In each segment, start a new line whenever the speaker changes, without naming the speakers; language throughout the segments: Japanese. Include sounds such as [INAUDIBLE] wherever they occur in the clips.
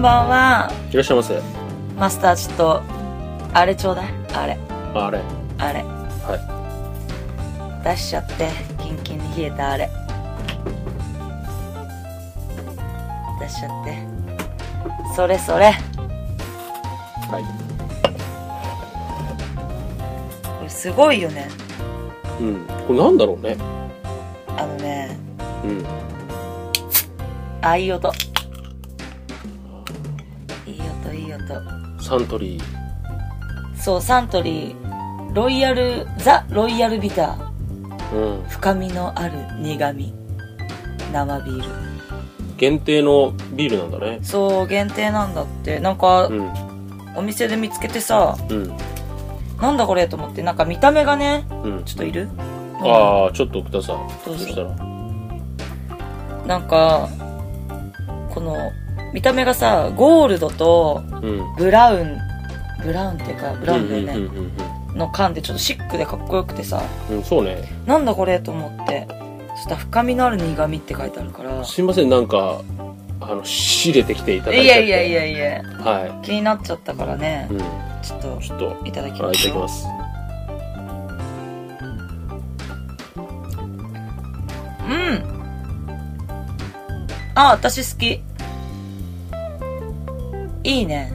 ばんは。
いらっしゃいませ。
マスター、ちょっと、あれちょうだい。あれ、
あれ。
あれ。
は
出しちゃって。キンキンに冷えたあれ。出しちゃって。それそれ。
い。は
これすごいよね。
い。うん。これなんだろうね。
あのね、
うん。
あ、いい音。いい音、いい音。
サントリー。
そう、サントリー、ロイヤル、ザ・ロイヤルビター。
うん。
深みのある苦味。生ビー
限定のビールなんだね
ル。。そう、限定なんだって。なんか
う、ん。
お店で見つけてさ、
うん。
なんだこれと思って、なんか見た目がね、
うん。
ちょっといる
ああ、ちょっとください。
どうぞ
したら。
なんか、この、見た目がさ、ゴールドと
うん。
ブラウン、ブラウンっていうか、ブラウンだよね、
うんうんうん
の缶でちょっとシックでかっこよくてさ、
うんうん。そうね。
なんだこれと思って、そしたら深みのある苦味って書いてあるから、
すいません、なんか、あの、仕入れてきていただい
い
ちゃっ
や
て。
いやい。やいや、
は
気になっちゃったからね
い。う、ん。
ちょっと
ちょっと、
いただき
は
ま
い、いた
す
だき
よ
ます。
うん。あ、私好き。いいね。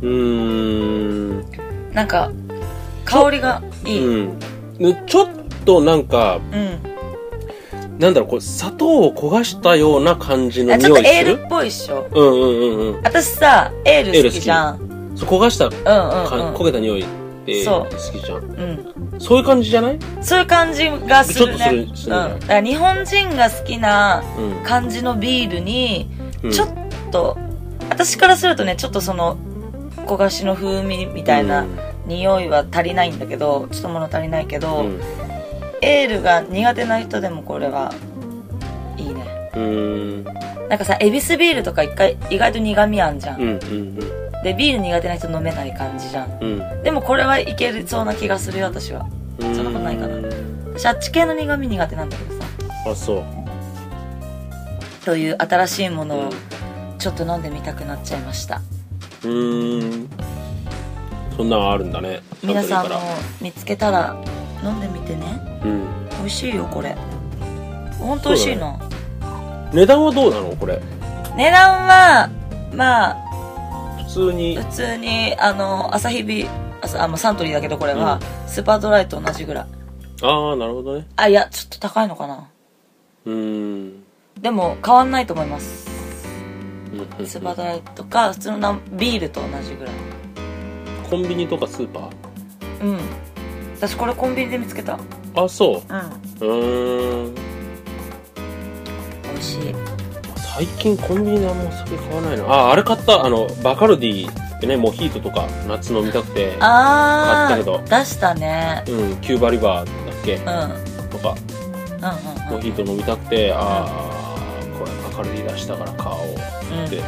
うーん。
なんか、香りがいい。
うん。ねちょっとなんか、
うん。
なんだろう、これ、砂糖を焦がしたような感じの
あちょ
匂
っと
い
エ
す
ール
る
っぽいっしょ。
うんうんうんうん。
私さ、エー
エー
ル
ル
好き
好き
じゃん。うん
そう焦がした、か
うん
焦げた匂いって
そ
好
う
きじゃん。
うん。うん。
そういう感じじゃない
そういう感じがするね。
ちょっとするする
うん。
じゃん
だから日本人が好きな
うん。
感じのビールに、
うん
ちょっと、私からするとね、ちょっとその、焦がしの風味みたいな
うん
匂いは足りないんだけど、ちょっと物足りないけど、
うん
エールが苦手な人でもこれはいいね。
うん。
なんかさ、エビスビールとか一回意外と苦味あんじゃん。
うんうん
で、ビール苦手な人飲めない感じじゃん。
うん。
でもこれはいけるそうな気がするよ、私は。
うん。
そんなことないかな私、あっち系の苦味苦手なんだけどさ。
あ、そう。
という新しいものをちょっと飲んでみたくなっちゃいました。
うーん。そんなのあるんだね。
皆さんも
サント
見つけたら飲んでみてね。
リーからうん。
美味しいよ、これ。ほんと美味しいな。
値段はどうなのこれ。
値段は、まあ、
普通に
普。通にあの朝日ビあさあもうサントリーだけどこれは、スーパードライと同じぐらい
ああ、なるほどね。
あいやちょっと高いのかな
うーん。
でも変わんないと思います
うんうんうん
スーパードライとか普通のなビールと同じぐらい
コンビニとかスーパ
うん私これコンビニで見つけたうん
ーあ、そう。うーん。
美味しい
最近コンビニであんまお酒買わないな。あ、あれ買った。あの、バカルディでね、モヒートとか夏飲みたくて。
あ
買った
ー
け
出したね
うん、キューバリバーだっけ
うんうんうん
とか、
うん
モヒート飲みたくて、ああ、これバカルディ出したから買おうって。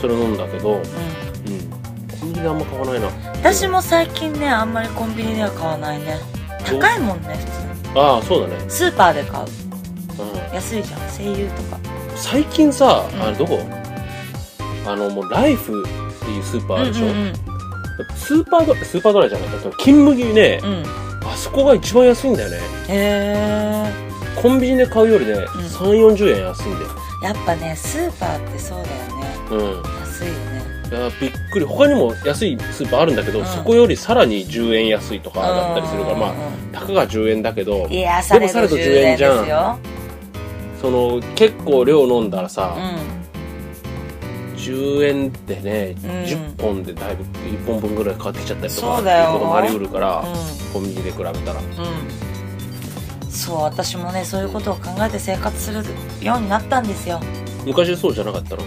それ飲んだけど、
う
うん。コンビニであんま買わないな。
ん私も最近ねあんまりコンビニでは買わないね
そう
高いもんね普通に
ああ、そうだね。
スーパーで買う
う
安いじゃん声優とか
ん。最近さ、
うん
あれどこあの、もう、ライフっていうスーパーあるでしょ、
うんうん
スーパードライ、スーパードライじゃないか。金麦ね、
うん、うん
あそこが一番安いんだよね。
へえ
コンビニで買うよりね、3、40円安いんだよ。
やっぱねスーパーってそうだよね
うん。
安いよね
いやびっくり他にも安いスーパーあるんだけど、
うん
そこよりさらに10円安いとかだったりするからまあ
あ
たかが10円だけど
いやされ
され
ど
ど
10
10
円
円
で
じ
す
ゃん
よ
その結構量飲んだら
う
さ、
ん
10円でね、
うん
10本でだいぶ1本分ぐらい変わってきちゃったりとか
そうだよ
っていうこともありうるから、
う
コンビニで比べたら
うんそう私もねそういうことを考えて生活するようになったんですよ
昔そうじゃなかったの
う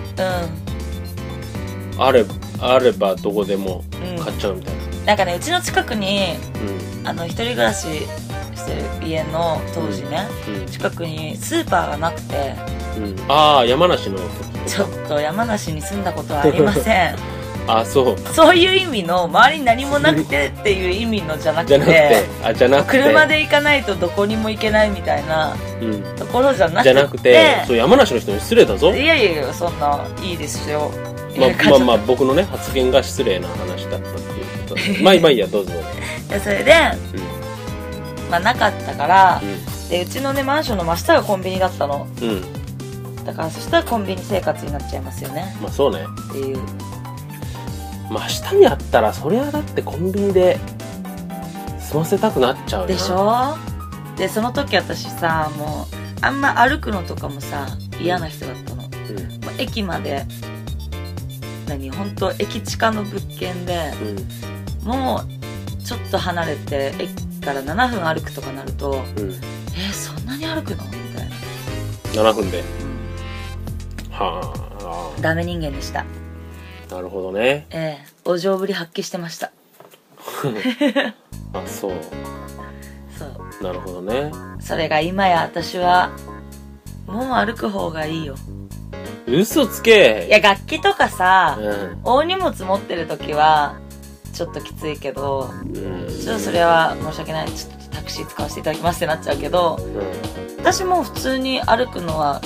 あれあればどこでも
ん、
買っちゃうみたいな
うん、なんかねうちの近くに
うん
あの一人暮らししてる家の当時ね、近くにスーパーがなくて
うん、うんああ山梨の [LAUGHS]
ちょっと山梨に住んだことはありません
ああ、そう。
そういう意味の周りに何もなくてっていう意味のじゃなく
じゃなくて
て、
あ、じゃなくて。
車で行かないとどこにも行けないみたいな
うん。
ところじゃなくて
じゃなくて、そう、山梨の人に失礼だぞ
い。やいやいやそんないいですよ
ま
[LAUGHS] いや
あ、まあまあ、僕のね、発言が失礼な話だったっていうこ
[LAUGHS]
とで。まあ、まあいいや、どうぞ。
いやそれで、まあ、なかったから
う
でうちのねマンションの真下がコンビニだったの
ん。うん。
だからそしたらコンビニ生活になっちゃいますよね
まあ、そうね。
っていう
まあ、下にあったら、そりゃだってコンビニで済ませたくなっちゃうよな
でしょでその時私さもうあんま歩くのとかもさ嫌な人だったのもう
うん。
駅まで何本当駅地下の物件で
うん。
もうちょっと離れて駅から7分歩くとかなると
うん。
えーそんなに歩くのみたいな
7分で。はあ。
ダメ人間でした
なるほどね。
ええお嬢ぶり発揮してました
あ、そう。
そう
なるほどね。
それが今や私はもう歩く方がいいよ
嘘つ
い
け。
や楽器とかさ
うん。
大荷物持ってる時はちょっときついけど
うん。
ちょっとそれは申し訳ないちょっとタクシー使わせていただきますってなっちゃうけど
う
私も普通に歩くのは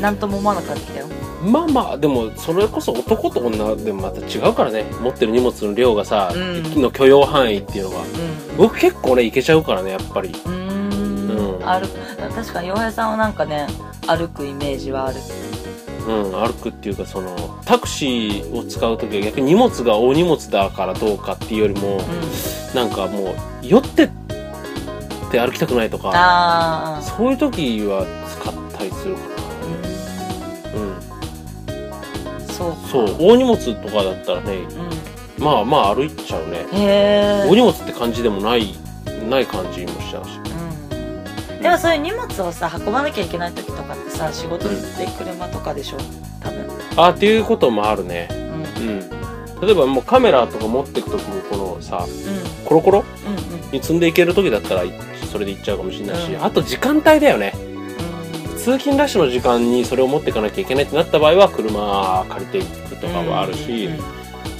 何とも思わなくなってきたよ
ん。まあまあ、でも、それこそ男と女でもまた違うからね。持ってる荷物の量がさ、
うん
の許容範囲っていうのが。
うん
僕結構ね、いけちゃうからね、やっぱり。
うーん
うん
歩く確かに洋平さんはなんかね歩くイメージはある
うん、歩くっていうか、その、タクシーを使うときは逆に荷物が大荷物だからどうかっていうよりも、
うん
なんかもう、酔ってって歩きたくないとか、
ああ
そういう時は使ったりするかな。うん。
そうか
そう、大荷物とかだったらね、
う
まあまあ歩いちゃうね。
ん、へえ、
お荷物って感じでもない、ない感じもしちゃうし。
うん、でもそういう荷物をさ運ばなきゃいけない時とかってさ仕事で車とかでしょ多分
あっていうこともあるね。
うんうんうん
うん。例えばもうカメラとか持ってくときもこのさ、コロコロに積んでいけるときだったら、それで行っちゃうかもしれないし、
うん
あと時間帯だよね。
う
通勤ラッシュの時間にそれを持っていかなきゃいけないってなった場合は、車借りていくと
ん
かはあるし、
うんうん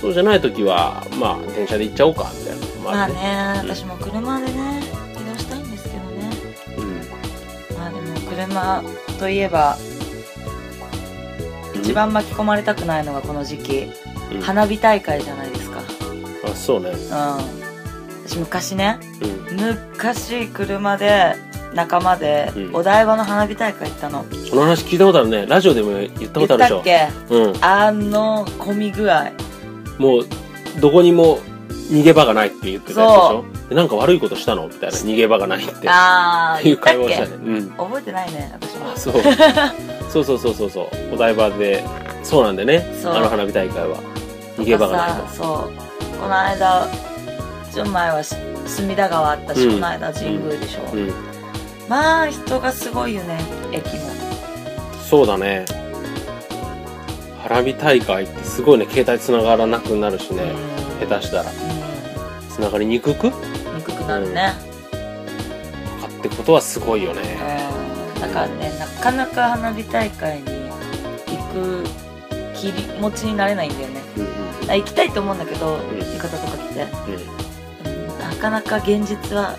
そうじゃないときは、まあ電車で行っちゃおうか、みたいなのも
ま
あ
あ
るね。
ね私も車でね移動したいんですけどねまあでも車といえば
うん
一番巻き込まれたくないのがこの時期
うんうん
花火大会じゃないですか
あ、そうね。
うん私昔ね
うん。
昔車で仲間で
うん
お台場の花火大会行ったの、
その話聞いたことあるね。ラジオでも言った
言
こ
っ
とあるでしたょ
っ。け
うん。
あの混み具合
もう、どこにも逃げ場がないって言ってたやつでしょでなんか悪いことしたのみたいな。逃げ場がないって。
ああ
って
言
いう
った
会
っ
話をし
け
たね。うん。
覚えてないね私も
あ、そう。そうそうそうそうそう。お台場で、そうなんでね。
そう
あの花火大会は。逃げ場がない
とかさそうこの間ちょっと前はし隅田川あったし、
うん
この間神宮でしょ、
と。うん。
まあ人がすごいよね駅も
そうだね。花火大会ってすごいね、携帯繋がらなくなるしね。下手したら。繋がりにくくと
うん憎くなるね、
かってことはすごいよね。
うんだからねなかなか花火大会に行く気持ちになれないんだよね
うん。
あ行きたいと思うんだけど、浴
ん
衣とか着て
うん。うん
なかなか現実は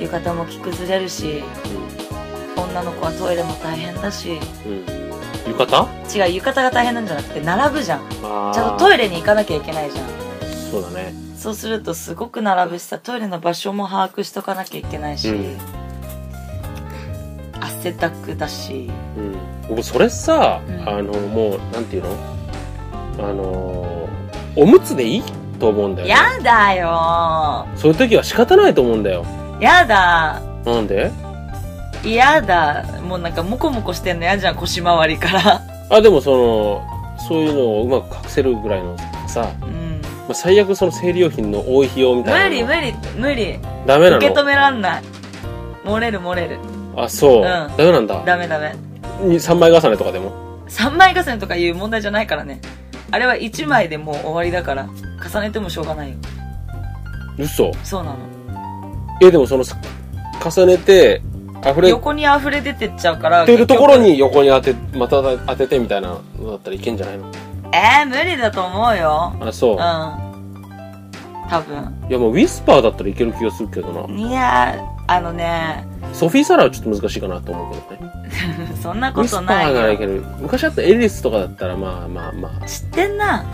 浴衣も着崩れるし女の子はトイレも大変だし
うん。浴衣
違う浴衣が大変なんじゃなくて並ぶじゃんち
あー
ゃんとトイレに行かなきゃいけないじゃん
そうだね。
そうするとすごく並ぶしさトイレの場所も把握しとかなきゃいけないし、
うん
汗だくだし
うん。僕、それさ、
うん
あの、もう、なんていうのあのー、おむつでいいと思うんだよ、ね。
やだよ
そういう時は仕方ないと思うんだよ。
やだ
なんで
やだもうなんかモコモコしてんのやじゃん腰回りから
あ、でもその、そういうのをうまく隠せるぐらいのさ、
うん
まあ、最悪その生理用品の多い費用み
無
たい
理
なの。
無理無理
ダメな
受け止
の
めらんない漏れる漏れる
あ、そう、
うん
ダメなんだ。
ダメダメ
に3枚重ねとかでも。
3枚重ねとかいう問題じゃないからねあれは1枚でもう終わりだから重ねてもしょうがないよ
嘘。
そうなの
え、でもその、さ重ねて、溢れ
横に溢れ出てっちゃうから
てるところに横に当て、また当ててみたいなのだったらいけんじゃないの
結えー、無理だと思うよ
あそうう、
ん多分
いやもうウィスパーだったらいける気がするけどない
やーあのね [LAUGHS]
ソフィー・サラはちょっと難しいかなと思うけどね
そんな
ウ
こ
ィスパ
と
ー
ない
ならい
よ
ける昔あったエリスとかだったらまあまあまあ
知ってんな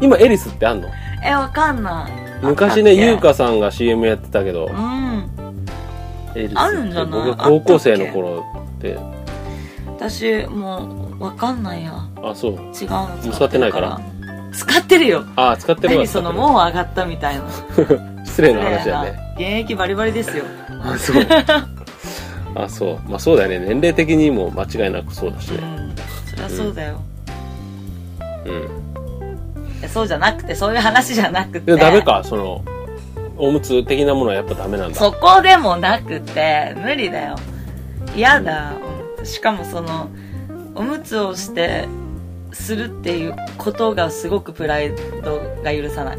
今エリスってあんの
えわかんない
昔ね
う
優
か
香さんが CM やってたけど
うん
エリスって
あるんじゃない
僕が高校生の頃って
私もうわかんないや
あそう
違うの
使ってないから
使ってるよ
あ使ってるわ
何そのもう上がったみたいな
失礼な話だね
現役バリバリですよ
あそうあそうまあそうだよね年齢的にも間違いなくそうだし
う
ね
んそりゃそうだよ、
うん
いやそうじゃなくてそういう話じゃなく
で
て
もダメかそのおむつ的なものはやっぱダメなんだ
そこでもなくて無理だよ嫌だ、しかもそのおむつをしてするっていうことがすごくプライドが許さない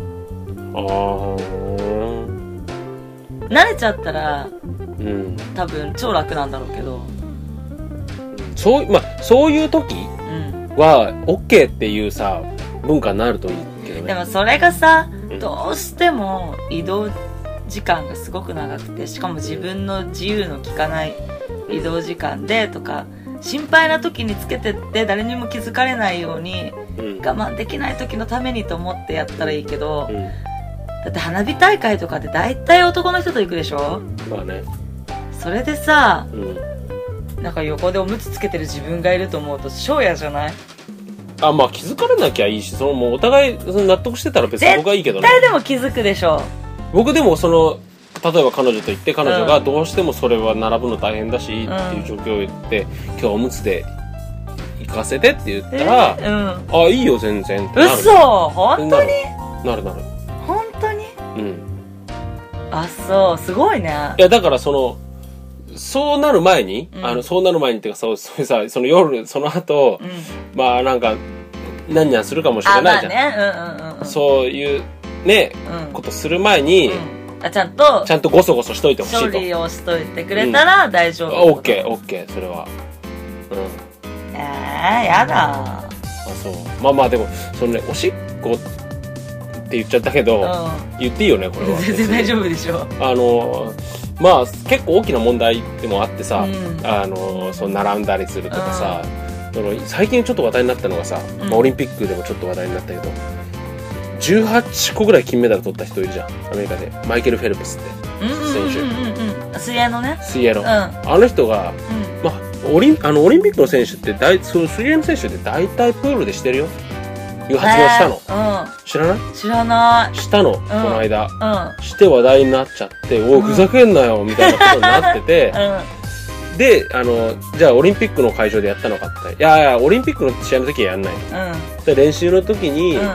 あー
慣れちゃったら
うん
多分超楽なんだろうけど
そうまあそういう時
うん
は OK っていうさ文化になるといいけど
で
ね
もそれがさ
うん
どうしても移動時間がすごく長くてしかも自分の自由の利かない移動時間でとか心配な時につけてって誰にも気づかれないように
うん
我慢できない時のためにと思ってやったらいいけど
う、ん
だって花火大会とかって大体男の人と行くでしょ
まあね
それでさ、
うん
なんか横でおむつつけてる自分がいると思うと、翔也じゃない
あまあ気づかれなきゃいいしそのもうお互いその納得してたら別に僕はいいけど
絶
ね
対でも気づくでしょ
僕でもその例えば彼女と行って彼女がどうしてもそれは並ぶの大変だし、
うん
っていう状況を言って今日おむつで行かせてって言っ
え
たら、
うん。
あいいよ全然ってなる
嘘本当に
なるなる
本当に
うん
あ、そう。すごいね
い。やだからそのそうなる前に、
うん
あのそうなる前にっていうかそうそういうさその夜その後、
うん。
まあなんか何々するかもし
あ、
れな
ま
い
あ
じゃん、
ね。うんうんうんうん。
そういうね
うん。
ことする前に、
うん。あ、ちゃんと
ち、ゃんとごそごそしといてほし
処
いと
理をしといてくれたら大丈夫。
あオッケーオッケーそれはうん
えー、やだ。
あそうまあまあでもそのねおしっこって言っちゃったけど、
う
言っていいよねこれは
ん。 [LAUGHS] 全然大丈夫でしょ。
あのまあ結構大きな問題でもあってさ、
うん
あのそう並んだりするとかさ、その最近ちょっと話題になったのがさ、
うん
まあ、オリンピックでもちょっと話題になったけど18個ぐらい金メダル取った人いるじゃんアメリカでマイケル・フェルプスって
うんうんうんうんうん。水泳のね。
水泳の、
うん。
あの人が、
うん。
まあ、オリンあのオリンピックの選手って大そう水泳の選手って大体プールでしてるよいう発言をしたの、
の。
知らない
うん。知らない。
したの、この間
うん。
して話題になっちゃって「おい
うん
ふざけんなよ」みたいなことになって
[LAUGHS]
てであのじゃあオリンピックの会場でやったのかって「いやいやオリンピックの試合の時はやんない
うん。」
で練習の時に、
うん。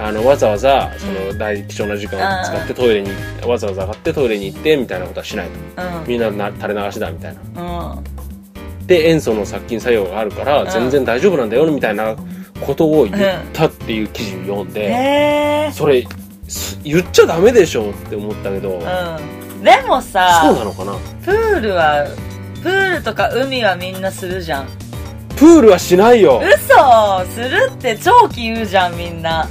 あのわざわざそ
うん
の大貴重な時間を使ってトイレに、わざわざ上がってトイレに行ってみたいなことはしないと
うん。
みんなな垂れ流しだみたいな
うん。
で塩素の殺菌作用があるから
うん
全然大丈夫なんだよみたいなことを言ったっていう記事を読んで、
へえ。
それす言っちゃダメでしょって思ったけど、
うん。でも
そうな
さ、
のかな
プールは、プールとか海はみんなするじゃん。
プールはしないよ
嘘するって超気言うじゃん、みんな。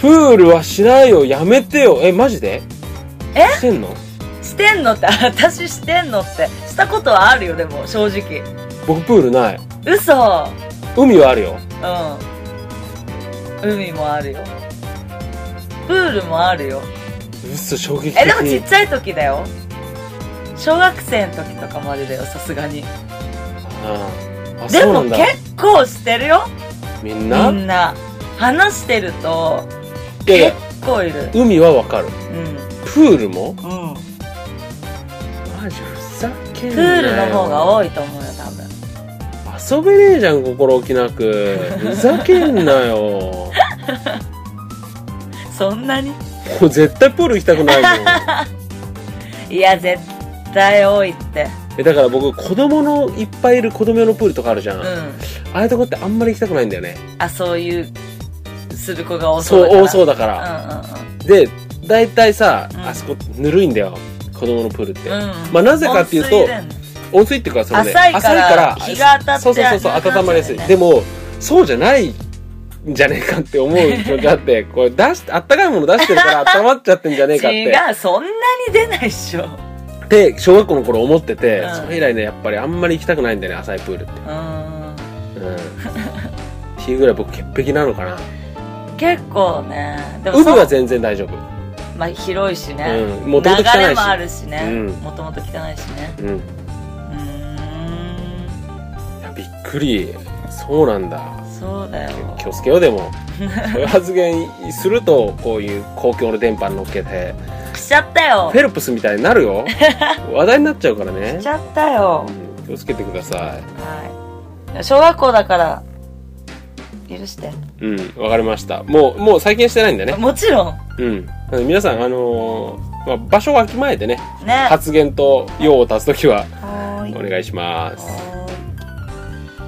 プールはしないよやめてよえマジで
え
してんの
してんのって、私してんのって。したことはあるよ、でも、正直。
僕プールない
嘘
海はあるよ
うん。海もあるよ。プールもあるよ。
うっそ衝撃的
えでもちっちゃい時だよ小学生の時とかまでだよさすがに
あーあ
で
そ
も
うなんだ
結構してるよ
みん
み
なん
な話してると
いやいや
結構いる
海はわかる
うん
プールも
うん
マジふざけん
プ
なよ
ールの方が多いと思うよ多分
遊べねえじゃん心置きなくふざけんなよ
そんなに
もう絶対プール行きたくない
[LAUGHS]
もん
いや絶対多いって
えだから僕子供のいっぱいいる子供用のプールとかあるじゃん、
う
あ
ん
あいうとこってあんまり行きたくないんだよね
あそういうする子が多そう
そ
だ
う
から
多そうだから、で大体さ、
うん
あそこぬるいんだよ子供のプールって、
うんうんうん、うん
まあなぜかっていうと
温水だよね
温水っていうかそのね
浅いから
浅いから
日が当たって
そうそうそうそう
熱くなっちゃう
温まりやすい、
よね
でもそうじゃないんじゃねえかって思う時
[LAUGHS]
あって、これ出し、あったかいもの出してるから温まっちゃってんじゃねえかっ
違
て。
うそんなに出ないっしょ
って小学校の頃思ってて、
うん
それ以来ねやっぱりあんまり行きたくないんだよね浅いプールって、
うん [LAUGHS]
うん、っていうぐらい僕潔癖なのかな
結構ねで
ウブ
そ
は全然大丈夫
まあ、広いしね、
うん元々汚いし
流れもあるしね
うん
もともと汚いしね
うんいう
ー
やびっくりそうなんだ
んそうだよ
気をつけようでもそういう発言するとこういう公共の電波に乗っけて
しちゃったよ
フェルプスみたいになるよ話題になっちゃうからね
しちゃったよ
う、ん気をつけてくださ
はい小学校だから許して
いうんわかりましたもうもう再建してないんだね
もちろん
うんなので皆さんあのーまあ、場所をわきまえてね
ねは
発言と用を足すときは
ーい
お願いします
はーい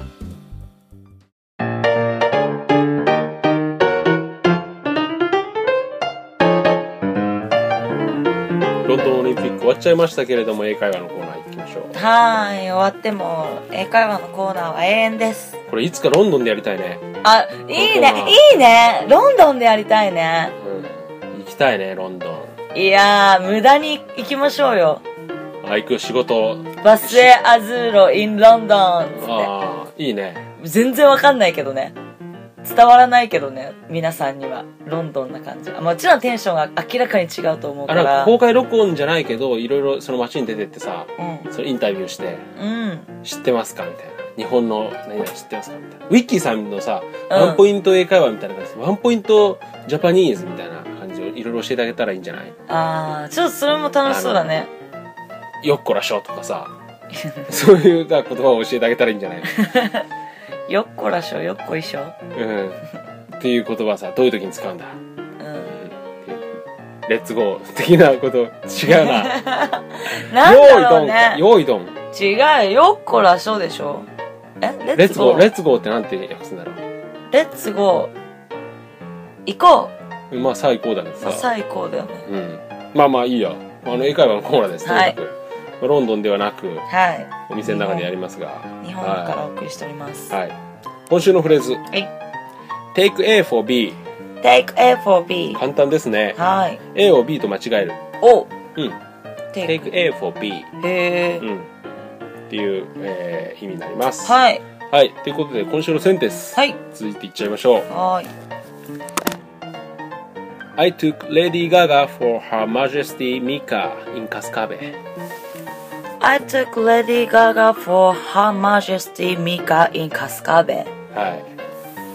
ロンドンオリンピック終わっちゃいましたけれども英会話のコーナー行きましょう
はーい終わっても英会話のコーナーは永遠です
これいつかロンドンでやりたいね、
あいいね
本当だ
いいねロンドンでやりたいね
うん、行きたいねロンドン
いやー無駄に行きましょうよ
あ行く仕事
バスエアズーロ in ロンドンつって
ああいいね
全然わかんないけどね伝わらないけどね皆さんにはロンドンな感じあもちろんテンションが明らかに違うと思う
あ
か
なんから公開録音じゃないけどいろいろその街に出てってさ
う
それインタビューして
ん、うん、
知ってますかみたいな日本の何々知ってますかみたいなウィッキーさんのさ、
うん
ワンポイント英会話みたいな感じでワンポイントジャパニーズみたいな感じをいろいろ教えてあげたらいいんじゃない
ああちょっとそれも楽しそうだね
よっこらしょとかさ [LAUGHS] そういうさ言葉を教えてあげたらいいんじ
[LAUGHS]
ゃない
よっこらしょよっこいしょ
うんっていう言葉はさどういう時に使うんだ
うん
レッツゴー的なこと違うな
[LAUGHS] なん
用
だ
意
ろ
ド
う
ンか
ね
用意ドン
違うよっこらしょでしょえレ
レ
ッ
ッ
ツ
ツゴ
ゴ
ー
ー
レッツゴーってなんて訳すんだろ
レッツゴー行こ
うまあ最高だけど
うまあ
さ、
最高だよね
うん、まあまあいいよあの英会話のコーナーですとに
はい
かく、ロンドンではなく
は
お店の中でやりますが
い日本からお送りしております、
はい今週のフレーズ
はい
Take A for B
Take A for B
簡単ですね
はい
A を B と間違える
お
うん
Take
Take A for B
へ
う
ー
んっていう、えー意味になります
はい
はい、ということで今週のセンテンス、
はい
続いていっちゃいましょう
はい
I took Lady Gaga for Her Majesty Mika in Cascabe
I took Lady Gaga for Her Majesty Mika in Cascabe
は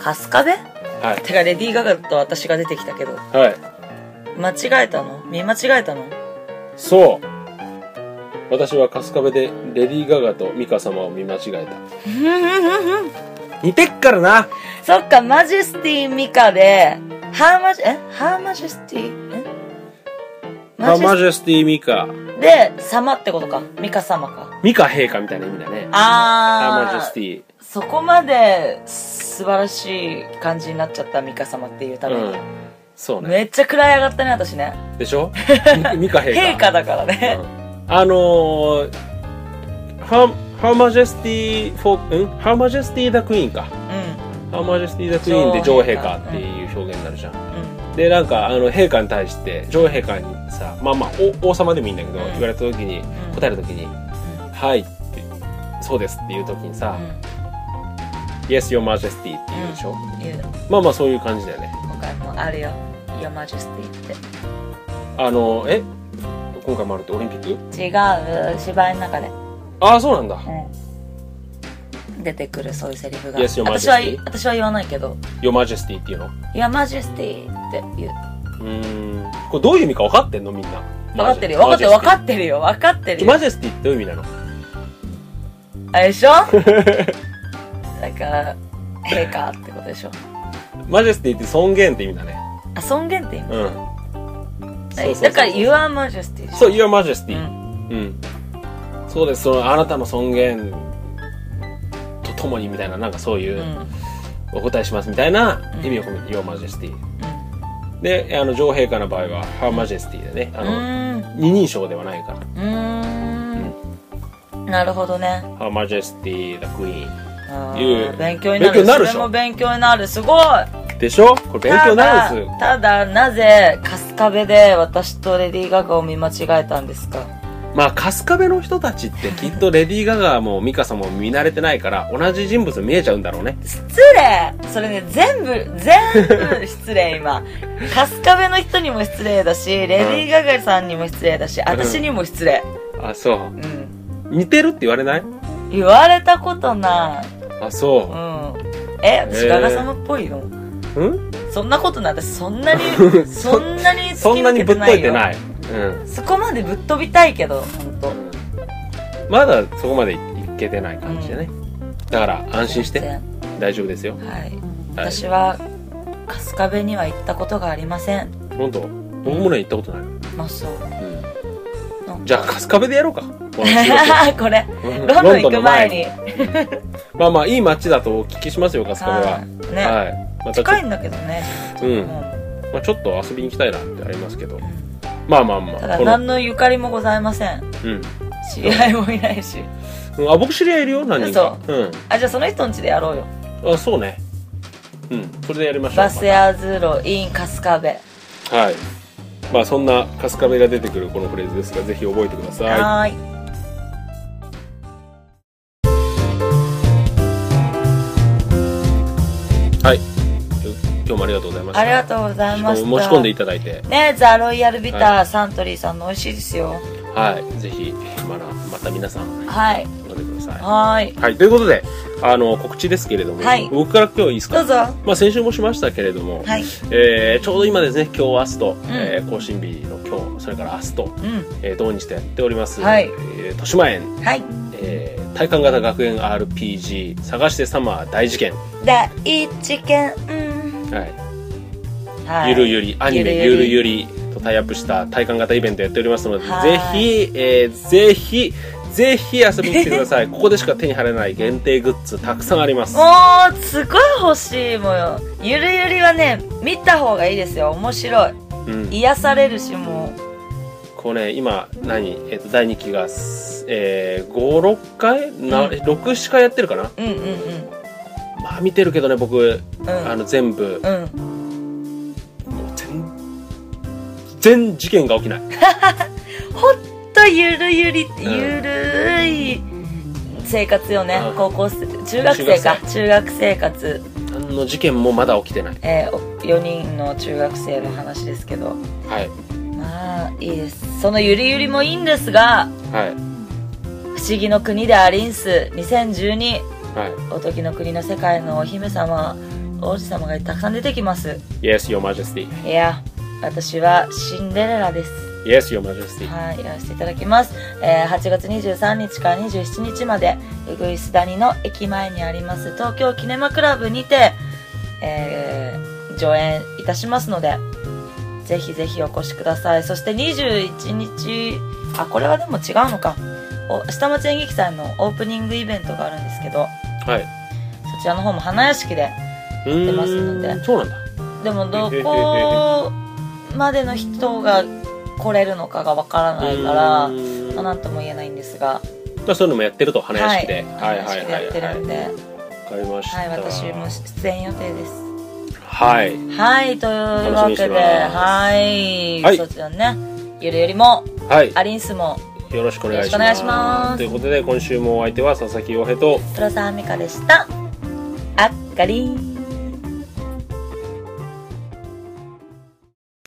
Cascabe?
いはい
てかレディー・ガガと私が出てきたけど
はい
間違えたの見間違えたの
そう私は春日部でレディー・ガガとミカ様を見間違えた似てっからな
そっかマジェスティミカでハーマジえハーマジェスティえマ
Her
ジェス
Majesty Mika
で様ってことかミカ様か
ミカ陛下みたいな意味だね Her
あー
Majesty
そこまで素晴らしい感じになっちゃったミカ様っていうため
う
に、
んそうね
めっちゃ暗い上がったね私ね
で
[LAUGHS]
しょミミカ陛下
陛下だからね、
あのー、Her, Her Majesty for ん Her Majesty the Queen か
うん
Her Majesty the Queen で女王陛下っていう表現になるじゃん
うん
でなんかあの陛下に対して女王陛下にさまあまあお王様でもいいんだけど
うん
言われた時に
うん
答える時に「はい」って「そうです」っていう時にさ「Yes your majesty」って言うでしょ
うんいう
まあまあそういう感じだよね
今回もあるよ Your Majesty っ
あのえ今回もあるってオリンピック
て違う芝居の中で
ああそうなんだ
うん出てくるそういうセリフが
Yes, Your
私は
Majesty
私は言わないけど
「your majesty」っていうのう
「Your Majesty」って言う
ーんこれどういう意味か分かってんのみんな
分かってるよ分かってる分かってるよ分かってるよ
マジェスティってどういう意味なの
あれでし
[LAUGHS]
ょだから陛下ってことでしょ
マジェスティって尊厳って意味だね
あ尊厳って意味
うんそうそうそう
だから「Your Majesty」
そう Your Majesty
う
うん、そうですそのあなたの尊厳とともにみたいななんかそういう、
うんうん
お答えしますみたいな
うん
意味を込めて「Your Majesty」であの女王陛下の場合は「Her Majesty」でねあ
う
の、
ん
二人称ではないから
うーんなるほどね
「Her Majesty the Queen
あー
いう
勉強になる
勉強になるでしょ
それも勉強になるすごい
でしょこれ勉強になるんです
ただ、ただなぜ、春日部で私とレディー・ガガを見間違えたんですか
まあ、春日部の人たちってきっとレディー・ガガもミカさんも見慣れてないから、同じ人物に見えちゃうんだろうね。
失礼それね、全部、全部失礼
[LAUGHS]
今。春日部の人にも失礼だし、レディー・ガガさんにも失礼だし、私にも失礼。
あ、そう
う。ん。
似てるって言われない
言われたことない。
あ、
う
そ
ん。え、私
へ
ガ
ー
ガ様っぽいの
う。うん
そんなことない。私そん
[LAUGHS]
なに、そんなに
そ
突き
んな
抜
に
け
ぶ
て
っ
ない
と
よ。
いてない。うん。
そこまでぶっ飛びたいけど、本当。
まだそこまでいけてない感じでね。だから、安心して。
全
大丈夫ですよ。
然はい、
はい
私は春日部には行ったことがありません
本当僕もね、行ったことない。
まあそう
うんじゃあ、春日部でやろうか。この収
[LAUGHS] これ
録うん
ロンドン行く前に。
まあまあ、いい街だとお聞きしますよ、春日部は。
はいね、
はい。またちょ
近
っ
いんだけどね、
と、うん。
う
まあ、ちょっと遊びに行きたいなってありますけど。
ん
まあまあま
た
あ、
だ
この、
何のゆかりもございません
うん。
知り合いもいないし
うんあ、僕知り合いいるよ、何人か。う
あじゃあその人ん家でやろうよ
ん。あ、そうね。うん。それでやりましょう。
バスヤーズロイン春日部
はい。まあそんなカスカメが出てくるこのフレーズですが、ぜひ覚えてくださ
はーい
い。はい。今日もありがとうございました。
ありがとうございました
持ち込んでいただいて、
ねザ・ロイヤルビター、
は
サントリーさんの美味しいですよ
はい。ぜひ、まだまた皆さん、
はい
飲んでください。
はーい
はい。ということで、あの、告知ですけれども、
はい
僕から今日いいです
どう
か
ぞ
まあ先週もしましたけれども、
はい
えーちょうど今ですね、今日、明日と、えー更新日の今日、それから明日と、
う
えー、同日とやっております、
はい
えー豊島園
んはい
えー体感型学園 RPG 探してサマー大事件、
第一件、うんは
ゆるゆりアニメゆる
ゆ
ゆりとタイアップした体感型イベントやっておりますので
はい
ぜひ、えーぜひぜひ遊びに来てくだ
[LAUGHS]
さいここでしか手に入らない限定グッズたくさんあります
もうすごい欲しいもよゆるゆりはね見た方がいいですよ面白い
うん
癒されるしも
これ、ね、今何、えーと第2期が、え56回な、
うん
67回やってるかな
ううんうん
まあ見てるけどね僕
うんうん
あの全部、
うん
もう全全事件が起きない
ほんとゆるゆり
ん
ゆるい生活よね、
うん
高校生中学生か中学生活、
何の事件もまだ起きてない
え4人の中学生の話ですけど
はい
まあいいですそのゆるゆりもいいんですが
はい
「不思議の国でアリンス2012」
はい
おとぎの国の世界のお姫様王子様がたくさん出てきます
Yes, Your Majesty.
いや私はシンデレラです
Yes, Your Majesty.
はいやらせていただきます、えー8月23日から27日までうぐいす谷の駅前にあります東京キネマクラブにて、えー上演いたしますのでぜひぜひお越しくださいそして21日あこれはでも違うのかお下町演劇祭のオープニングイベントがあるんですけど
はい。
そちらの方も花屋敷で
うーん
出ますので
そうなんだ。
でもどこまでの人が来れるのかがわからないから
うーん
まあなんとも言えないんですが
まあそういうのもやってると花屋敷で。
は
はいい
花
はい
屋敷でや
はい
って
は
るん
い。
で、はい
わかりました。
私も出演予定です
はい。
はいというわけで
楽しみにしてます
はい、
はい
そちらねゆるゆりも
は
アリンスも
い。よろしくお願いしま
よろし
す。
くお願いします
ということで今週もお相手は佐々木洋平と。
黒沢美香でしたあっかりー